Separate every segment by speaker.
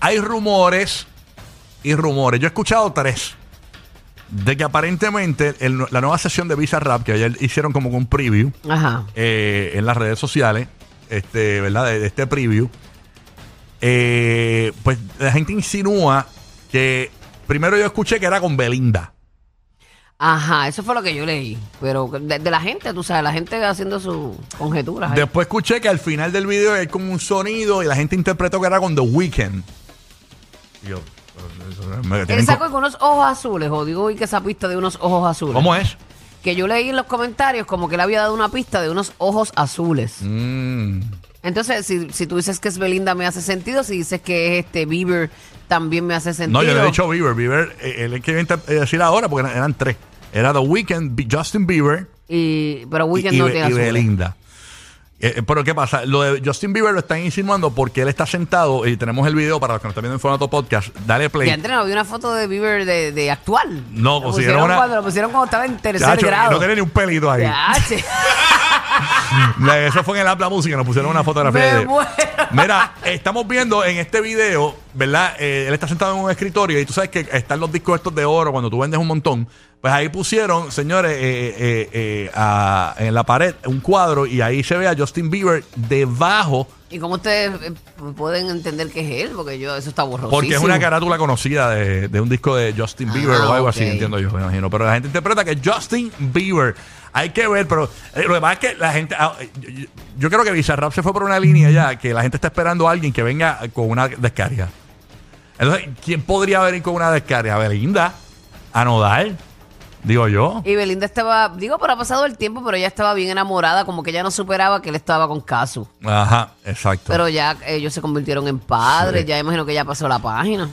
Speaker 1: Hay rumores y rumores. Yo he escuchado tres. De que aparentemente el- la nueva sesión de Visa Rap, que ayer hicieron como que un preview
Speaker 2: Ajá.
Speaker 1: eh, en las redes sociales, este, ¿verdad? De, de este preview, eh, pues la gente insinúa que primero yo escuché que era con Belinda.
Speaker 2: Ajá, eso fue lo que yo leí. Pero de, de la gente, tú sabes, la gente haciendo sus conjeturas. ahí.
Speaker 1: Después escuché que al final del video hay como un sonido y la gente interpretó que era con The Weeknd. Y yo, eso, me
Speaker 2: Él
Speaker 1: tienen
Speaker 2: sacó
Speaker 1: co-
Speaker 2: con unos ojos azules, o digo, uy, que esa pista de unos ojos azules.
Speaker 1: ¿Cómo es?
Speaker 2: Que yo leí en los comentarios como que le había dado una pista de unos ojos azules.
Speaker 1: Mm.
Speaker 2: Entonces, si, si tú dices que es Belinda, me hace sentido. Si dices que es este Bieber, también me hace sentido.
Speaker 1: No, yo le he dicho Bieber. Bieber, eh, él es que iba a inter- eh, decir ahora porque eran, eran tres. Era The Weeknd, Bi- Justin Bieber
Speaker 2: Y, pero
Speaker 1: y,
Speaker 2: Weekend
Speaker 1: y
Speaker 2: no
Speaker 1: Be-
Speaker 2: tiene
Speaker 1: y
Speaker 2: azules.
Speaker 1: Belinda. Eh, eh, pero ¿qué pasa? Lo de Justin Bieber lo están insinuando porque él está sentado y tenemos el video para los que nos están viendo en formato podcast. Dale play.
Speaker 2: Ya no había una foto de Bieber de, de actual.
Speaker 1: No,
Speaker 2: Lo
Speaker 1: consiguieron
Speaker 2: pusieron
Speaker 1: una-
Speaker 2: cuando, lo pusieron cuando estaba en tercer
Speaker 1: Chacho,
Speaker 2: grado.
Speaker 1: no tiene ni un pelito ahí.
Speaker 2: Ya, che.
Speaker 1: La- Eso fue en el Apla Música, nos pusieron una
Speaker 2: Me
Speaker 1: fotografía. de-
Speaker 2: muero.
Speaker 1: Mira, estamos viendo en este video, ¿verdad? Eh, él está sentado en un escritorio y tú sabes que están los discos estos de oro cuando tú vendes un montón. Pues ahí pusieron, señores, eh, eh, eh, a- en la pared un cuadro y ahí se ve a Justin Bieber debajo
Speaker 2: ¿Y cómo ustedes eh, pueden entender que es él? Porque yo, eso está borroso.
Speaker 1: porque es una carátula conocida de, de un disco de Justin Bieber
Speaker 2: Ah,
Speaker 1: o algo
Speaker 2: ok.
Speaker 1: así, entiendo yo, me imagino. Pero la gente interpreta que es Justin Bieber. Hay que ver, pero eh, lo demás es que la gente. ah, eh, yo, yo- yo creo que Bizarrap se fue por una línea ya, que la gente está esperando a alguien que venga con una descarga. Entonces, ¿quién podría venir con una descarga? Belinda, Anodal, digo yo.
Speaker 2: Y Belinda estaba, digo, pero ha pasado el tiempo, pero ella estaba bien enamorada, como que ella no superaba que él estaba con Casu.
Speaker 1: Ajá, exacto.
Speaker 2: Pero ya ellos se convirtieron en padres,
Speaker 1: Sí.
Speaker 2: ya imagino que ya pasó la página.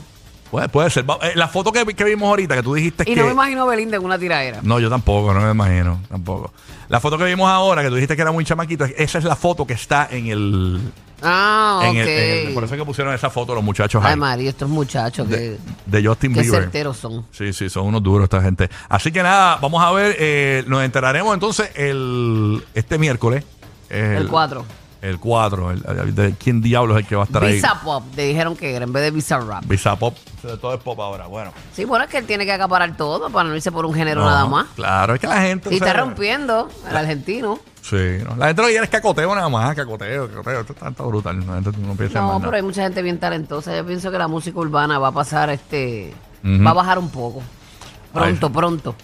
Speaker 1: puede, puede ser. Va- eh, la foto que, vi- que vimos ahorita, que tú dijiste
Speaker 2: Y
Speaker 1: que.
Speaker 2: no me imagino a Belinda en una tiradera.
Speaker 1: No, yo tampoco, no me imagino, tampoco. La foto que vimos ahora, que tú dijiste que era muy chamaquito, esa es la foto que está en el...
Speaker 2: Ah,
Speaker 1: en
Speaker 2: ok.
Speaker 1: el- en el- por eso es que pusieron esa foto los muchachos ahí,
Speaker 2: Ay, María, estos muchachos que,
Speaker 1: de Justin
Speaker 2: que
Speaker 1: Bieber.
Speaker 2: certeros son.
Speaker 1: Sí, sí, son unos duros esta gente. Así que nada, vamos a ver, eh, nos enteraremos entonces el este miércoles.
Speaker 2: El 4.
Speaker 1: El 4, el- el- de ¿quién diablos es el que va a estar ahí?
Speaker 2: Visa Pop, te dijeron que era en vez de Visa Rap.
Speaker 1: Visa Pop. Todo es pop ahora, bueno.
Speaker 2: Sí, bueno, es que él tiene que acaparar todo para no irse por un género
Speaker 1: No,
Speaker 2: nada más.
Speaker 1: Claro, es que la gente...
Speaker 2: Y
Speaker 1: o sea,
Speaker 2: está rompiendo al argentino.
Speaker 1: Sí, no. la gente lo que quiere es cacoteo nada más, cacoteo, cacoteo. Esto está, está brutal. La gente no piensa en más
Speaker 2: No,
Speaker 1: nada.
Speaker 2: pero hay mucha gente bien talentosa. Yo pienso que la música urbana va a pasar, este,
Speaker 1: Ujú.
Speaker 2: va a bajar un poco. Pronto,
Speaker 1: Ay.
Speaker 2: pronto.